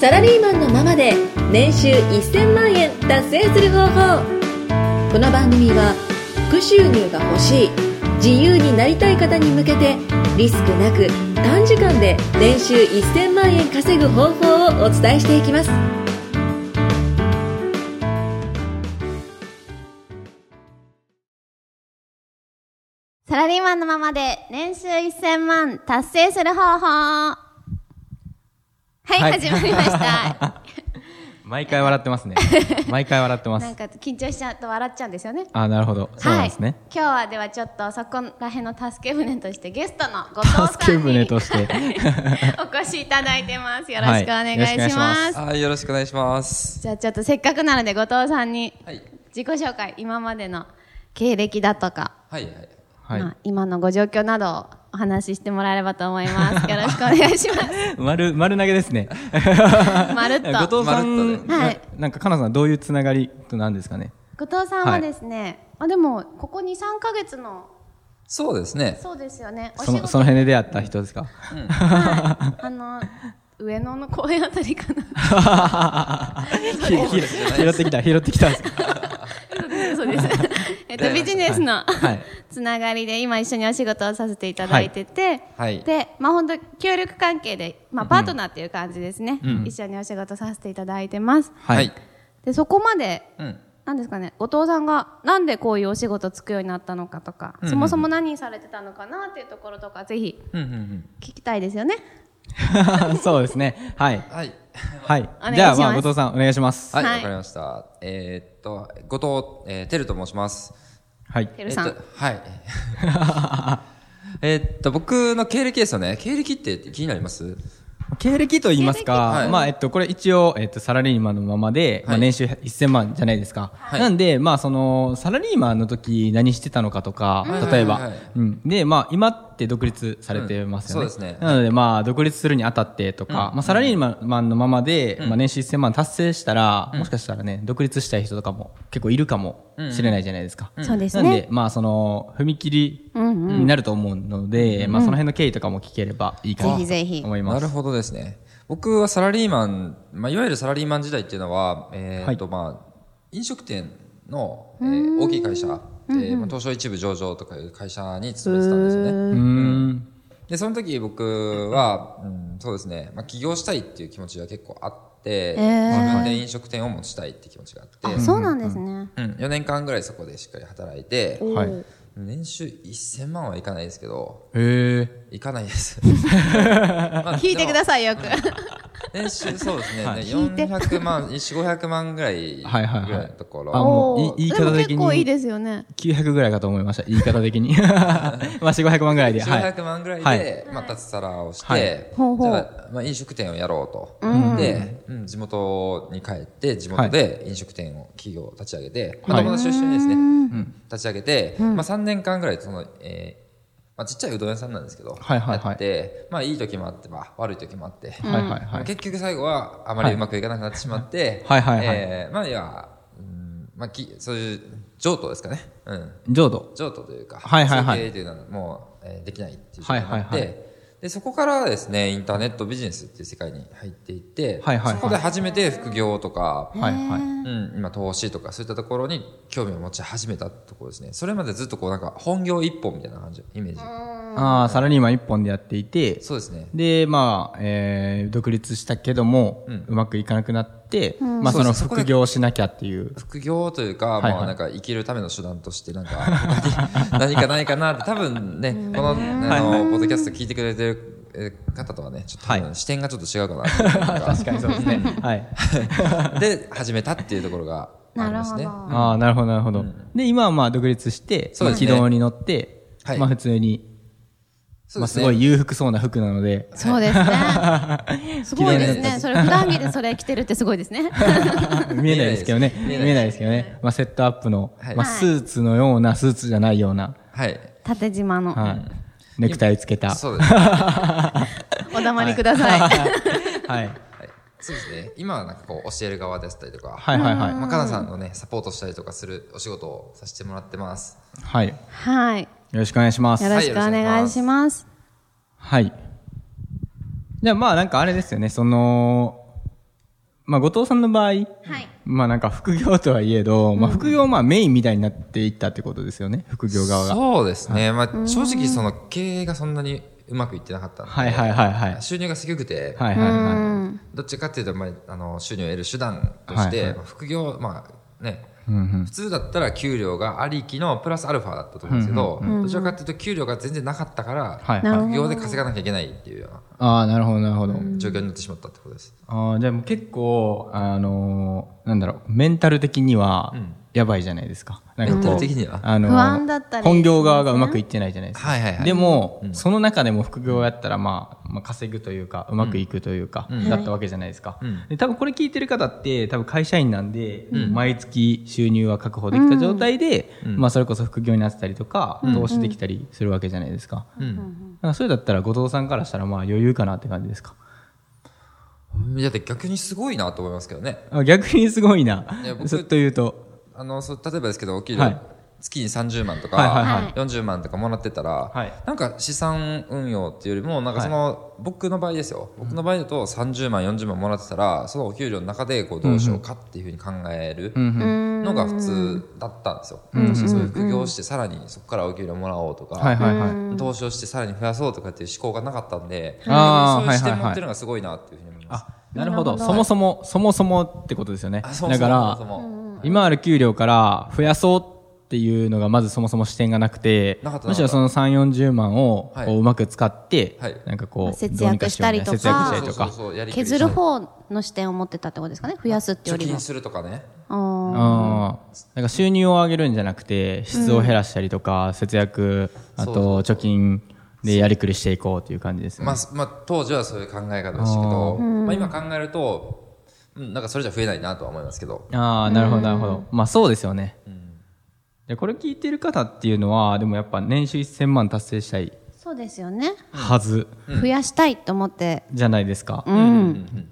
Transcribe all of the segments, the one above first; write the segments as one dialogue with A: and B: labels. A: サラリーマンのままで年収1000万円達成する方法この番組は副収入が欲しい自由になりたい方に向けてリスクなく短時間で年収1000万円稼ぐ方法をお伝えしていきます
B: サラリーマンのままで年収1000万達成する方法。はい、
C: はい
B: 始まりま した。
C: 毎回笑ってますね。毎回笑ってま
B: なん
C: す。
B: か緊張しちゃうと笑っちゃうんですよね。
C: あ、なるほど。そうなんですね。
B: はい、今日はではちょっとそこら辺の助け舟としてゲストの後藤
C: 助
B: さ
C: け
B: んに
C: 舟として。
B: お越しいただいてます。よろしくお願いし
C: はいよろしくお願
B: ま
C: いし
B: す。
D: はい、よろしくお願いします。
B: じゃあちょっとせっかくなので後藤さんに
D: はい
B: 自己紹介、今までの経歴だとか、
D: はい、はい。
C: はい
B: ま。あ、今のご状況などをお話ししてもらえればと思います。よろしくお願いします。
C: 丸、丸投げですね。
B: まるっと。
C: 後藤さ
D: まるっ
C: ん、
B: とねはい
C: ななんか、かなさん、どういうつながりとなんですかね。
B: 後藤さんはですね、あでもここ23か月の
D: そうですね。
B: そうですよねお仕
C: その、
B: 事
C: その辺で出会った人ですか。
B: はいあの上野の公園あたりかな
C: ひひ拾ってきた、拾ってきたんですか。
B: そうですえっとビジネスの、
C: はい。
B: つながりで今一緒にお仕事をさせていただいてて、
D: はい
B: でまあ本当協力関係で、まあ、パートナーっていう感じですね、一緒にお仕事させていただいてます
C: はい。
B: でそこまで
D: うん。
B: なんですかね後藤さんがなんでこういうお仕事つくようになったのかとか、そもそも何されてたのかなっていうところとかぜひ
D: うん、うん、うん。
B: 聞きたいですよね
C: そうですね。はい。
D: はい。
C: はい
B: 願いしま。す
C: じゃあ、まあ、後藤さん、お願いします。
D: はい、
B: はい
D: わかりました。えーっと、後藤、えー、てると申します。
C: はい。
B: てるさん、
D: えーっと、はい。 えーっと、僕の経歴ですよね。経歴って気になります
C: 経歴と言いますか、
D: 歴はい
C: まあ、えっと、これ一応、えっと、サラリーマンのままで、ま
D: は
C: あ、
D: い
C: 年収1000万じゃないですか。
D: はい
C: なんで、まあ、その、サラリーマンの時何してたのかとか、例えば、
D: はいはいはい
C: うん。で、まあ、今って独立されてますよね。
D: うんそうですね
C: なので、まあ、独立するにあたってとか、まあ、サラリーマンのままで、まあ、年収1000万達成したら、もしかしたらね、独立したい人とかも結構いるかもしれないじゃないですか。
B: そうです
C: なん
B: ね
C: で、まあ、その、踏切
B: うん
C: になると思うので、まあ、その辺の経緯とかも聞ければいいかなと
B: ぜひぜひ
C: 思います。
D: なるほどですね。僕はサラリーマン、まあ、いわゆるサラリーマン時代っていうのは、えーっと、まあ、飲食店の、えー大きい会社、えーまあ、東証一部上場とかいう会社に勤めてたんですよね。
C: うーん。
D: でその時僕は、うん、そうですね、まあ、起業したいっていう気持ちが結構あって、
B: ー
D: 自分で飲食店を持ちたいって気持ちがあって
B: あそうなんですね、
D: うん、4年間ぐらいそこでしっかり働いて
C: はい。
D: 年収1000万はいかないですけど
C: へ
D: いかないです
B: 聞いてくだ
D: さ
B: さいよく
D: い年収そうですね、
C: はい
D: 400万4500万ぐらいぐ
C: は
D: ら
C: いはいはい
D: いのところ、
C: あもうい言い方
B: でも
C: 的
B: 結構いい
C: に
B: ですよね
C: 900ぐらいかと思いました言い方的 にまあ4500万ぐらいで、はい、
D: 1500万ぐらいで、
C: はい
D: まあ、脱サラをして、
C: はい
B: ほうほう
D: じゃあ、まあ、飲食店をやろうと、で、うん、地元に帰って地元で飲食店を企業を立ち上げて、まあ
C: はい
D: 友達と一緒にですね、うん立ち上げて、まあ、3年間ぐらいその、えーまあ、ちっちゃいうどん屋さんなんですけど、
C: はいはいはい
D: やって、まあ、いい時もあって、まあ、悪い時もあって、
C: はいはいは
D: まあ
C: い
D: 結局最後はあまりうまくいかなくなってしまって、
C: はいはいはいはい
D: えーまあいや、うんまあ、きそういう譲渡ですかね、うん、
C: 浄土
D: 譲渡というか、
C: はいはいはい
D: そうう経営というのはもう、えーできないっていう状況になって、
C: はいはいはい
D: でそこからですねインターネットビジネスっていう世界に入っていって、
C: はいはいはい
D: そこで初めて副業とか、
C: はいは
D: うん、今投資とかそういったところに興味を持ち始めたところですねそれまでずっとこうなんか本業一本みたいな感じイメージ、
C: いああサラリーマン一本でやっていて
D: そうですね
C: でまあ、えー独立したけども、う
D: うん
C: まくいかなくなって、まあ
D: そう
C: そ
D: で
C: の
D: す
C: 副業をしなきゃっていう
D: 副業というか、
C: はいはい
D: まあなんか生きるための手段として、なんか、他に 何かないかなって、多分ね、この、あの、ポッドキャスト聞いてくれてるえー方とはね、ちょっと多
C: は
D: 分視点がちょっと違うかなっていうのが。確
C: 確かにそうですねはい
D: で始めたっていうところがありますね。
B: なるほ
C: ああなるほどなるほど、で今はまあ独立して、
D: そう
C: まあ、
D: です
C: 軌
D: ね
C: 道に乗って、
D: はい
C: まあ普通に
D: そう
C: まあ、
D: です
C: す
D: ね
C: ごい裕福そうな服なので
B: そうですねすごいですねそれ普段着でそれ着てるってすごいですね
C: 見えないですけどね。見
D: 見えないです
C: えないですけどね。まあ、セットアップの、
D: はい
C: まあ、
B: はい
C: スーツのような、スーツじゃないような、
D: はい。
B: 縦縞の、
C: はい。ネクタイつけた。
D: そうですね。
B: お黙りください、
C: はい。
D: はいそうですね。今はなんかこう教える側でしたりとか、
C: はいはいはい。
D: まあ、かなさんのね、サポートしたりとかするお仕事をさせてもらってます。
C: はい。よ
B: はい
C: ろしくお願いします
B: よ。ろしくお願いします。
C: はい。じゃあまあなんかあれですよね、その、まあ、後藤さんの場合、
B: はい。
C: まあなんか副業とはいえど、まあ副業まあメインみたいになっていったってことですよね、副業側が。
D: そうですね。まあ、正直その経営がそんなにうまくいってなかったんで、
C: はいはいはいはい。
D: 収入が低くて、
C: はいはいはい。
B: うん。
D: どっちかっていうと、まあ、あの収入を得る手段として、
C: はいはい
D: まあ副業、まあね、普通だったら給料がありきのプラスアルファだったと思うんですけど、どちらかっていうと給料が全然なかったから、
C: はい
B: なるほど
D: 副業で稼がなきゃいけないっていうよう
C: ああ、なるほどなるほど。
D: な状況になってしまったってことです。
C: ああ、じゃあもう結構、あのーなんだろう、メンタル的には
D: ん、
C: やばいじゃないですか。なん
D: メ
C: かこう
D: ンタル的には
C: あのー
B: 不安だったり
C: 本業側がうまくいってないじゃないですか。
D: はいはいはい
C: でも、その中でも副業をやったら、まあ、まあ、稼ぐというか、うまくいくというか、だったわけじゃないですか。
D: うん
C: で多分これ聞いてる方って、多分会社員なんで、毎月収入は確保できた状態で、まあ、それこそ副業になってたりとか、投資できたりするわけじゃないですか。
D: うん。
C: なんかそれだったら、後藤さんからしたら、まあ、余裕かなって感じですか。
D: だって逆にすごいなと思いますけどね。
C: あ逆にすごいな。
D: いや僕
C: ずっと言うと。
D: あのそう例えばですけど、お給
C: は
D: 料
C: い
D: 月に30万とか、
C: はいはい
B: はい
D: 40万とかもらってたら、
C: はい
D: なんか資産運用っていうよりも、なんかその、僕の場合ですよ、僕の場合だと30万、40万もらってたら、そのお給料の中でこうどうしようかっていうふうに考えるのが普通だったんですよ。そしてそういう副業して、さらにそこからお給料もらおうとか、
C: はいはいはい。
D: 投資をしてさらに増やそうとかっていう思考がなかったんで、
C: あー
D: そういう視
C: は
D: 点
C: いはい
D: 持
C: はい
D: ってるのがすごいなっていうふうに思います。
C: あ、なるほど。そもそも、そもそもってことですよね。
D: あそう
C: だか
D: そう
C: ら、
D: そうそう
C: 今ある給料から増やそうっていうのがまずそもそも視点がなくて
D: なかっ、た
C: むしろその3、40万を
D: はい
C: こううまく使って
D: はい、
C: なんかこう、
B: 節約
C: どうにかしようみいな
B: したりとか
C: 節約したりとか。
D: そうそうそうやりくりし
B: 削
D: て
B: る方の視点を持ってたってことですかね。増やすってよ
D: 貯
B: りも
D: 金。するとかね。
B: あ
C: あーなんか収入を上げるんじゃなくて、質を減らしたりとか、節約、あと貯金でやりくりしていこうという感じですね
D: まあ、すまあ、当時はそういう考え方でしたけど、まあ、今考えると、うん、なんかそれじゃ増えないなとは思いますけど。
C: ああ、なるほど、なるほど。まあそうですよね。で、これ聞いてる方っていうのは、でもやっぱ年収1000万達成したい
B: そうですよね。
C: はず
B: 増やしたいと思って。
C: じゃないですか。
B: うん。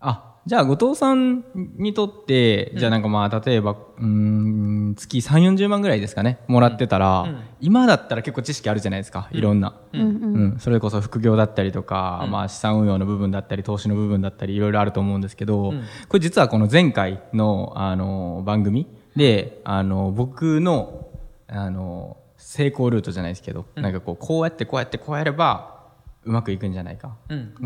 C: あ、じゃあ後藤さんにとって、じゃあなんかまあ例えば、うーん、月3、40万ぐらいですかね、もらってたら、今だったら結構知識あるじゃないですか、いろんな。うんそれこそ副業だったりとか、まあ資産運用の部分だったり、投資の部分だったり、いろいろあると思うんですけど、これ実はこの前回の、あの、番組で、あの、僕の、あの、成功ルートじゃないですけど、なんかこう、こうやってこうやってこうやれば、うまくいくんじゃないか。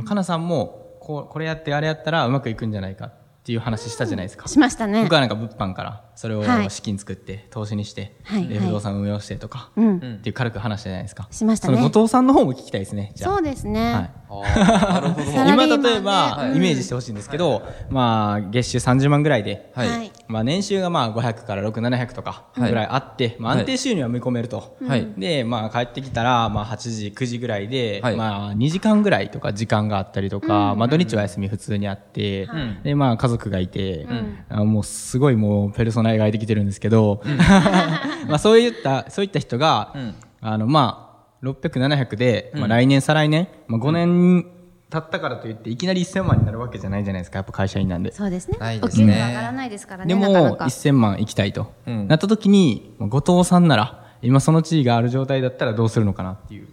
C: かなさんもこうこれやってあれやったらうまくいくんじゃないかっていう話したじゃないですか、
B: しましたね
C: 僕。はなんか物販からそれを
B: はい
C: 資金作って投資にして、
B: はい
C: で
B: はい
C: 不動産運用してとか、
B: うん
C: っていう軽く話したじゃないですか
B: しましたね
C: その後藤さんの方も聞きたいですねじゃあ
B: そうですね。
C: はい
D: なるほど。
B: サラリーマ
C: 今
B: ンで
C: 例えば
B: うん
C: イメージしてほしいんですけど、まあ月収30万ぐらいで、
D: はい。
B: はい
C: まあ、年収がまあ500から6700とかぐ
D: はい
C: らいあって、まあ、安定収入は見込めると、
D: はいうん
C: で、まあ、帰ってきたらまあ8時9時ぐらいで、
D: はい
C: まあ、2時間ぐらいとか時間があったりとか、まあ、土日は休み普通にあって、でまあ、家族がいて、あもうすごいもうペルソナ描いてきてるんですけど、 まあ、そういったそういった人が、あのまあ600700で、まあ、来年再来年、まあ、5年経ったからといっていきなり1000万になるわけじゃないじゃないですかやっぱ会社員なんで。
B: そうですね
D: ない。
B: お
D: ですね
B: 給料上がらないですからね。
C: でも
B: なかなか。
C: 1000万いきたいと、
D: うん
C: なった時にまあ後藤さんなら今その地位がある状態だったらどうするのかなっていう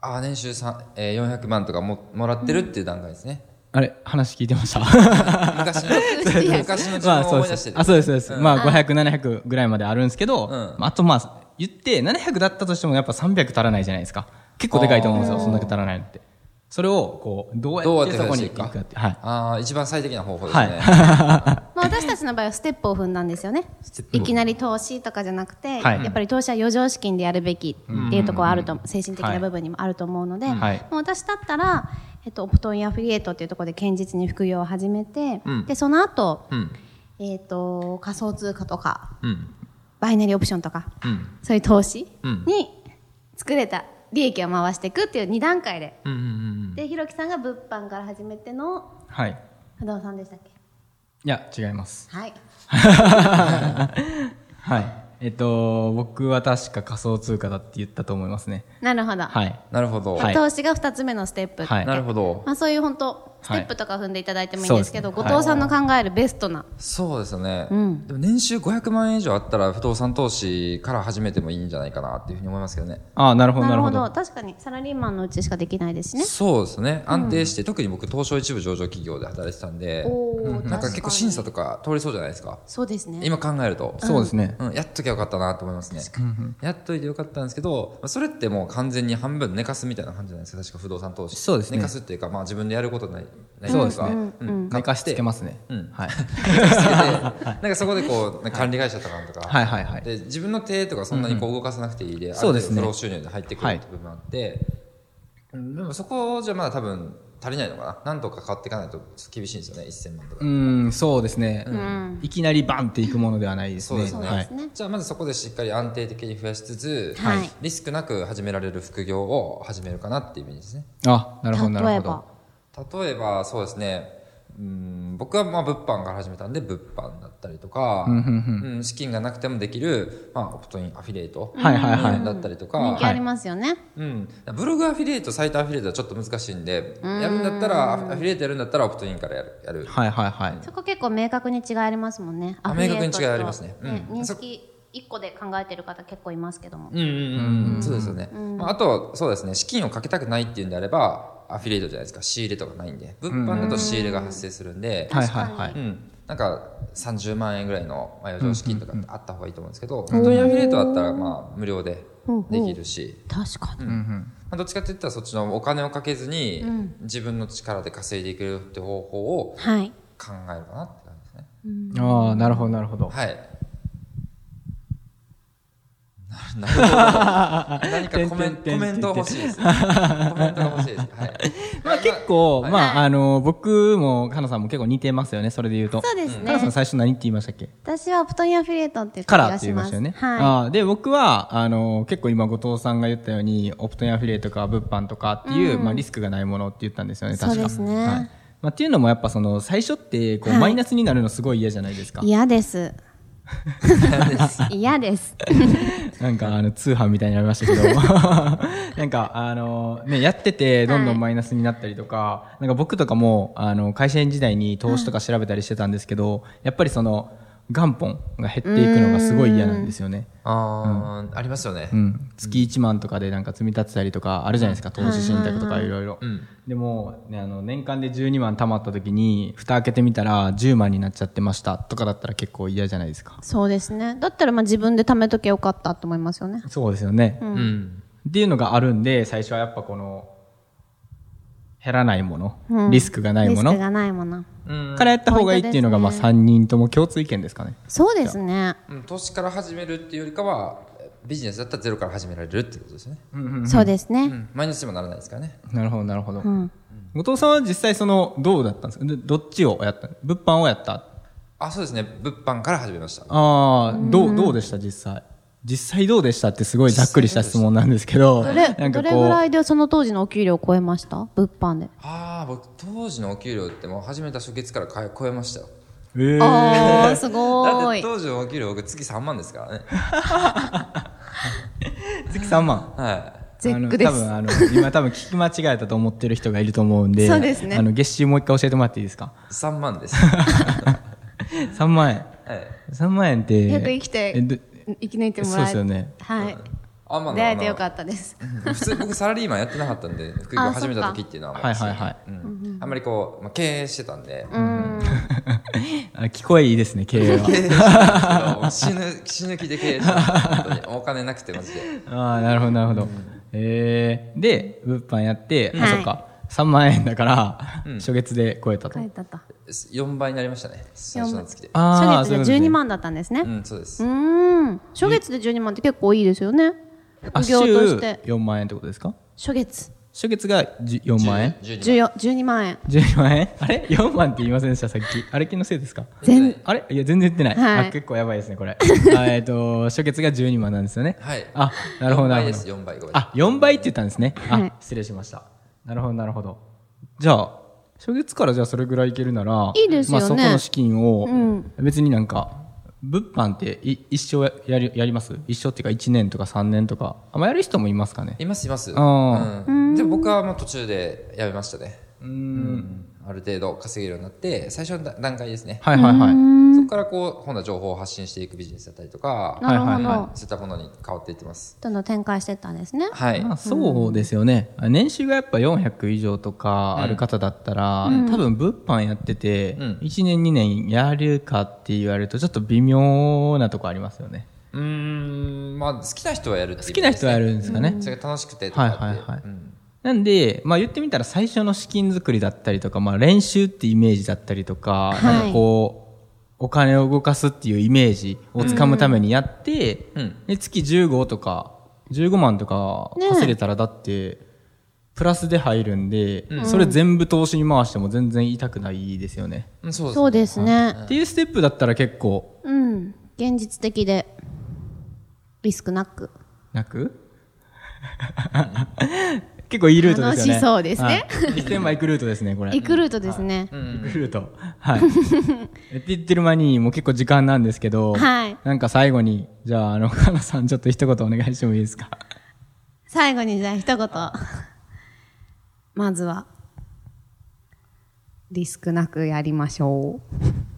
D: ああ、年収3、えー、400万とかももらってるっていう段階ですね。
C: あれ話聞いてましたま
D: 昔の、昔 の自分
C: あ
D: を
C: そう
D: 思い
C: で
D: 出して
C: す
D: る。
C: あそうですそうです、まあ500700ぐらいまであるんですけど、まああとまあ言って700だったとしてもやっぱ300足らないじゃないですか結構でかいと思うんですよそんだけ足らないのってそれをこうどう
D: どう
C: や
D: や
C: っ
D: って
C: そ
D: て
C: こ
D: 増や
C: に
D: してい
C: 行
D: く
C: くか
D: か
C: ってはい
D: ああ、一番最適な方法です
C: は
D: ね。
C: い、
B: まあ、私たちの場合はステップを踏んだんですよねいきなり投資とかじゃなくて、
C: はい
B: やっぱり投資は余剰資金でやるべきっていうところはあると、精神的な部分にもあると思うので、
C: はい
B: もう私だったら、えっと、オプトンやアフィリエイトっていうところで堅実に副業を始めて、でその後、えっと仮想通貨とか
D: うん。
B: バイナリーオプションとか、
D: ん
B: そういう投資
D: ん
B: に作れた利益を回していくっていう2段階で、
D: うんうんうん
B: でひろきさんが物販から始めての
C: はい、
B: 不動産でしたっけ
C: いや違います
B: はい
C: はいえっと僕は確か仮想通貨だって言ったと思いますね
B: なるほど、
C: はい
D: うん。なるほど。
C: はい
B: 投資が2つ目のステップって、
C: はい
D: なるほど。
B: まあ、そういう本当ステップとか踏んでいただいてもいいんですけど、後藤さんの考えるベストな。
D: そうですね。
B: うん
D: でも年収500万円以上あったら不動産投資から始めてもいいんじゃないかなっていうふうに思いますけどね。
C: ああ、なるほど、
B: な
C: な
B: る
C: る
B: ほ
C: ほ
B: ど。
C: ど。
B: 確かに、サラリーマンのうちしかできないですしね。
D: そうですね。安定して、特に僕東証一部上場企業で働いてたんで、
B: おー
D: なんか結構審査とか通りそうじゃないですか。
B: そうですね。
D: 今考えると。
C: そうですね。
D: うん、やっときゃよかったなと思いますね。やっといてよかったんですけど、まあそれってもう完全に半分寝かすみたいな感じじゃないですか、確か不動産投資。
C: そうですね
D: 寝かすっていうか、まあ自分でやることない、ない
C: そうですね
D: といかうん
C: 寝かしつけますね
D: うん。
C: はい。
D: なんかそこでこう、なんか管理会社とかなんとか、
C: はいはいはい。
D: で自分の手とかそんなにこう動かさなくていいで、ある
C: そう
D: 程
C: で
D: 度
C: す
D: フ
C: ね
D: ロー収入で入ってくるって部分もあって、うんでもそこじゃまだ多分足りないのかななんとか買っていかないと厳しいんですよね1000万とか、
C: うん、そうですね。
B: ん
C: いきなりバンっていくものではないです
D: そう
C: ね。
D: ですね、
C: はい
B: すね
D: じゃあまずそこでしっかり安定的に増やしつつ、
B: はい
D: リスクなく始められる副業を始めるかなっていうイメージですね
C: あ、なるほど、な
B: 例え
C: るほ
B: ば
C: ど。。
D: 例えばそうですねうん僕はまあ物販から始めたんで物販だったりとか、うん資金がなくてもできる、まあ、オプトインアフィリエイト
C: はいはいはい
D: だったりとか、
B: 人気ありますよね。
D: うん、ブログアフィリエイトサイトアフィリエイトはちょっと難しいんでやるんだったらアフィリエイトやるんだったらオプトインからやるやる
C: はいはいはい。
B: そこ結構明確に違いありますもんね。
D: あ
B: アフィリエイト
D: 明確に違いありますねうん
B: 認識一個で考えてる方結構いますけども。
D: うんそうですよね、まあ、あとそうですね資金をかけたくないっていうんであればアフィリエイトじゃないですか仕入れとかないんで物販だと仕入れが発生するんで、
C: はいはいはい。
D: うん、なんか30万円ぐらいのまあ余剰資金とかってあった方がいいと思うんですけど、本当にアフィリエイトだったらまあ無料でできるし、
B: 確かに。
D: まあどっちかって言ったらそっちのお金をかけずに自分の力で稼いでいけるって方法を
B: はい。
D: 考えるかなって感じですね。
C: ああ、なるほど、なるほど。
D: はい。な なるほど何かコ メン
C: てんてんてんてん
D: コメント欲しいです。コメントが欲しいです。はい。
C: まあ結構、まああの、僕も、かなさんも結構似てますよね、それで言うと。
B: そうですね
C: かなさん最初何って言いましたっけ
B: 私はプトインアフィリエイトっていう
C: カ
B: 気
C: ラー
B: が
C: って
B: し
C: 言いま
B: ます。
C: したよね。
B: は
C: あーで、僕は、あの、結構今、後藤さんが言ったように、オプトインアフィリエイトか物販とかっていう、まあ、リスクがないものって言ったんですよね、確か。
B: そうですね
C: はいまあ、っていうのも、やっぱその、最初って、こう、マイナスになるのすごい嫌じゃないですか
B: い。。嫌です。 嫌です。
C: なんか、あの、通販みたいになりましたけど、 なんか、あの、ね、やってて、どんどんマイナスになったりとか、なんか僕とかも、あの、会社員時代に投資とか調べたりしてたんですけど、やっぱりその、元本が減っていくのがすごい嫌なんですよね。
D: あーありますよね
C: う。ん、月1万とかでなんか積み立てたりとかあるじゃないですか投資信託とかいろいろ
D: ん
C: でも、ね、あの年間で12万貯まった時に蓋開けてみたら10万になっちゃってましたとかだったら結構嫌じゃないですか
B: そうですね。だったらまあ自分で貯めときゃよかったと思いますよね。
C: そうですよね、
D: う
C: っ
D: ん。
C: ていうのがあるんで最初はやっぱこの減らないもの、リスクがない
B: リス
C: も
B: ク
C: の
B: がないもの。
C: からやった方がいいっていうのがまあ
B: ポイントです
C: 3人とも共通意見ですかね
B: そうですね。
D: うん投資から始めるっていうよりかはビジネスだったらゼロから始められるってことですね。
B: そうですね。
D: マイナスにもならないですからね。
C: なるほどなるほど、
B: うん。
C: 後藤さんは実際そのどうだったんですかどどっちをやった物販をやった
D: あそうですね物販から始めました。
C: ああ、どう、どうでした、実際。実際どうでしたってすごいざっくりした質問なんですけど、
B: どれ、どれぐら
C: い
B: いでその当時のお給料を超えました物販で。
D: ああ僕当時のお給料ってもう始めた初月からか超えましたよ。
C: えー
B: ああ、す
D: だ
B: ご
D: っ
B: い
D: て。当時のお給料僕月3万ですからね。
C: 月3万。
D: はい。
B: 絶句です
C: あの多分あの、今多分聞き間違えたと思ってる人がいると思うん で、
B: そうですね
C: あの、月収もう一回教えてもらっていいですか
D: 3万です。は
C: ?3 万円。
D: い。
C: 3万円って。
B: やっと生きて
C: えど
B: 生き抜いても
C: そう
B: らえ
C: ですよね。
B: はい。
D: あまあ
B: 出会えてよか
D: っ
B: ったです。
D: た。普通僕サラリーマンやってなかったんで、副業始めた時っていうのは
C: はいはいはい。
D: うんあんまりこう、まあ、経営してたんで、
C: あ聞こえいいですね、経 営は。
D: 経営してたんですけど死ぬ、死ぬ気で経営してた本当にお金なくてマジで。
C: ああ、なるほど、なるほど。えー、で、物販やって、
B: はい
C: あ、そっか。3万円だから、初月で超えたと。
B: 書いてあった。
D: 4倍になりましたね、最初の月で。
C: ああ、
B: 初月
C: そう
B: で
C: いうことね
B: 12万だったんですね
D: う。ん、そうです
B: う。ん。初月で12万って結構いいですよね。
C: あ
B: 副業として。
C: 週4万円ってことですか
B: 初月。
C: 初月が4万円
D: 12
B: 14 12万円。
C: ?12 万円あれ ?4 万って言いませんでしたさっき。あれ気のせいですか
B: 全
C: あれいや、全然言ってない。
B: はい
C: あ結構やばいですね、これ。あえっと、初月が12万なんですよね。
D: はい
C: あ、なるほど、な
D: 4倍
C: るほど。
D: です、4倍、ごめんなさい。
C: あ、4倍って言ったんですね。
B: はい
C: あ、失礼しました。なるほど、なるほど。じゃあ、初月からじゃあそれぐらいいけるなら、
B: いいですよね
C: まあ、そこの資金を
B: ん、
C: 別になんか、物販ってい一生ややりやります一生っていうか1年とか3年とか。あ、まあ、やる人もいますかね。
D: いますいます。
C: あー
D: うんで、僕はもう途中でやめましたね。
C: うん。
D: ある程度稼げるようになって、最初の段階ですね。
C: はいはいはい。
D: そこからこう、本来情報を発信していくビジネスだったりとか、
B: なるほど、
C: はいはい
D: そういったものに変わっていってます。
B: どんどん展開していったんですね。
D: はい。
C: まあ、そうですよね、年収がやっぱ400以上とかある方だったら、多分物販やってて、
D: うん
C: 1年2年やるかって言われるとちょっと微妙なとこありますよね
D: うーん、まあ、好きな人はやるっていう
C: 好きな人はや
D: る。
C: るんですかね、
D: それが楽しくてとかって。
C: はいはいはい
D: うん
C: なんで、まあ、言ってみたら最初の資金作りだったりとか、まあ、練習ってイメージだったりとか、
B: い
C: なんかこうお金を動かすっていうイメージをつかむためにやって、
D: うん
C: で月15とか15万とか
B: ねえ
C: 稼げたらだって、プラスで入るんで、それ全部投資に回しても全然痛くないですよね、
D: うん。そうです
B: そうですね。
C: っていうステップだったら結構
B: うん。現実的で、リスクなく。
C: なく 結構いいルートですよね
B: 楽しそうですね
C: はい1000万いくルートですねこれ
B: 行くルートですね。
C: 来ると。 はい。って言ってる間に、もう結構時間なんですけど、
B: はい
C: なんか最後に、じゃあ、あの、かなさん、ちょっと一言お願いしてもいいですか。
B: 最後にじゃあ一言。 まずは、リスクなくやりましょ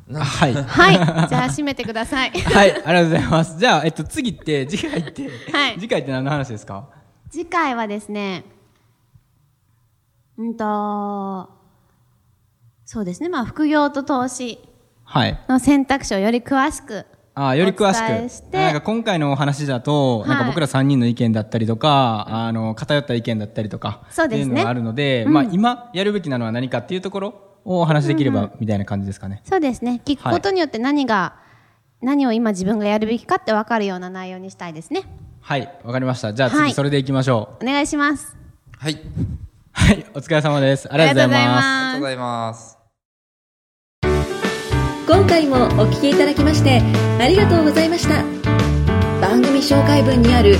B: う。
C: はい。はい、
B: はい。じゃあ締めてくだ さい。
C: ありがとうございます。じゃあ、えっと、次って、次回って、
B: はい
C: 次回って何の話ですか
B: 次回はですね、うんと、そうですね。まあ、副業と投資
C: はい。
B: の選択肢をより詳しく。
C: あーより詳
B: お伝え
C: し
B: し
C: く。
B: て
C: なんか今回のお話だと、
B: はい
C: なんか僕ら3人の意見だったりとか、あの、偏った意見だったりとか、
B: そうですね
C: っていうのがあるので、まあ今やるべきなのは何かっていうところをお話しできれば、みたいな感じですかね。
B: そうですね。聞くことによって何が、何を今自分がやるべきかって分かるような内容にしたいですね。
C: はい、わかりました。じゃあ
B: はい
C: 次それでいきましょう。
B: お願いします。
D: はい。
C: はい、お疲れ様です。ありがとうございます。
D: ありがとうございます。
A: 今回もお聞きいただきましてありがとうございました番組紹介文にある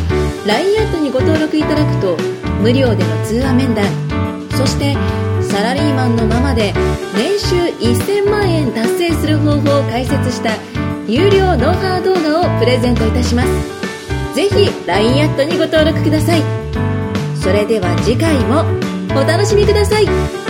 A: LINE アットにご登録いただくと無料での通話面談そしてサラリーマンのままで年収1000万円達成する方法を解説した有料ノウハウ動画をプレゼントいたしますぜひ LINE アットにご登録くださいそれでは次回もお楽しみください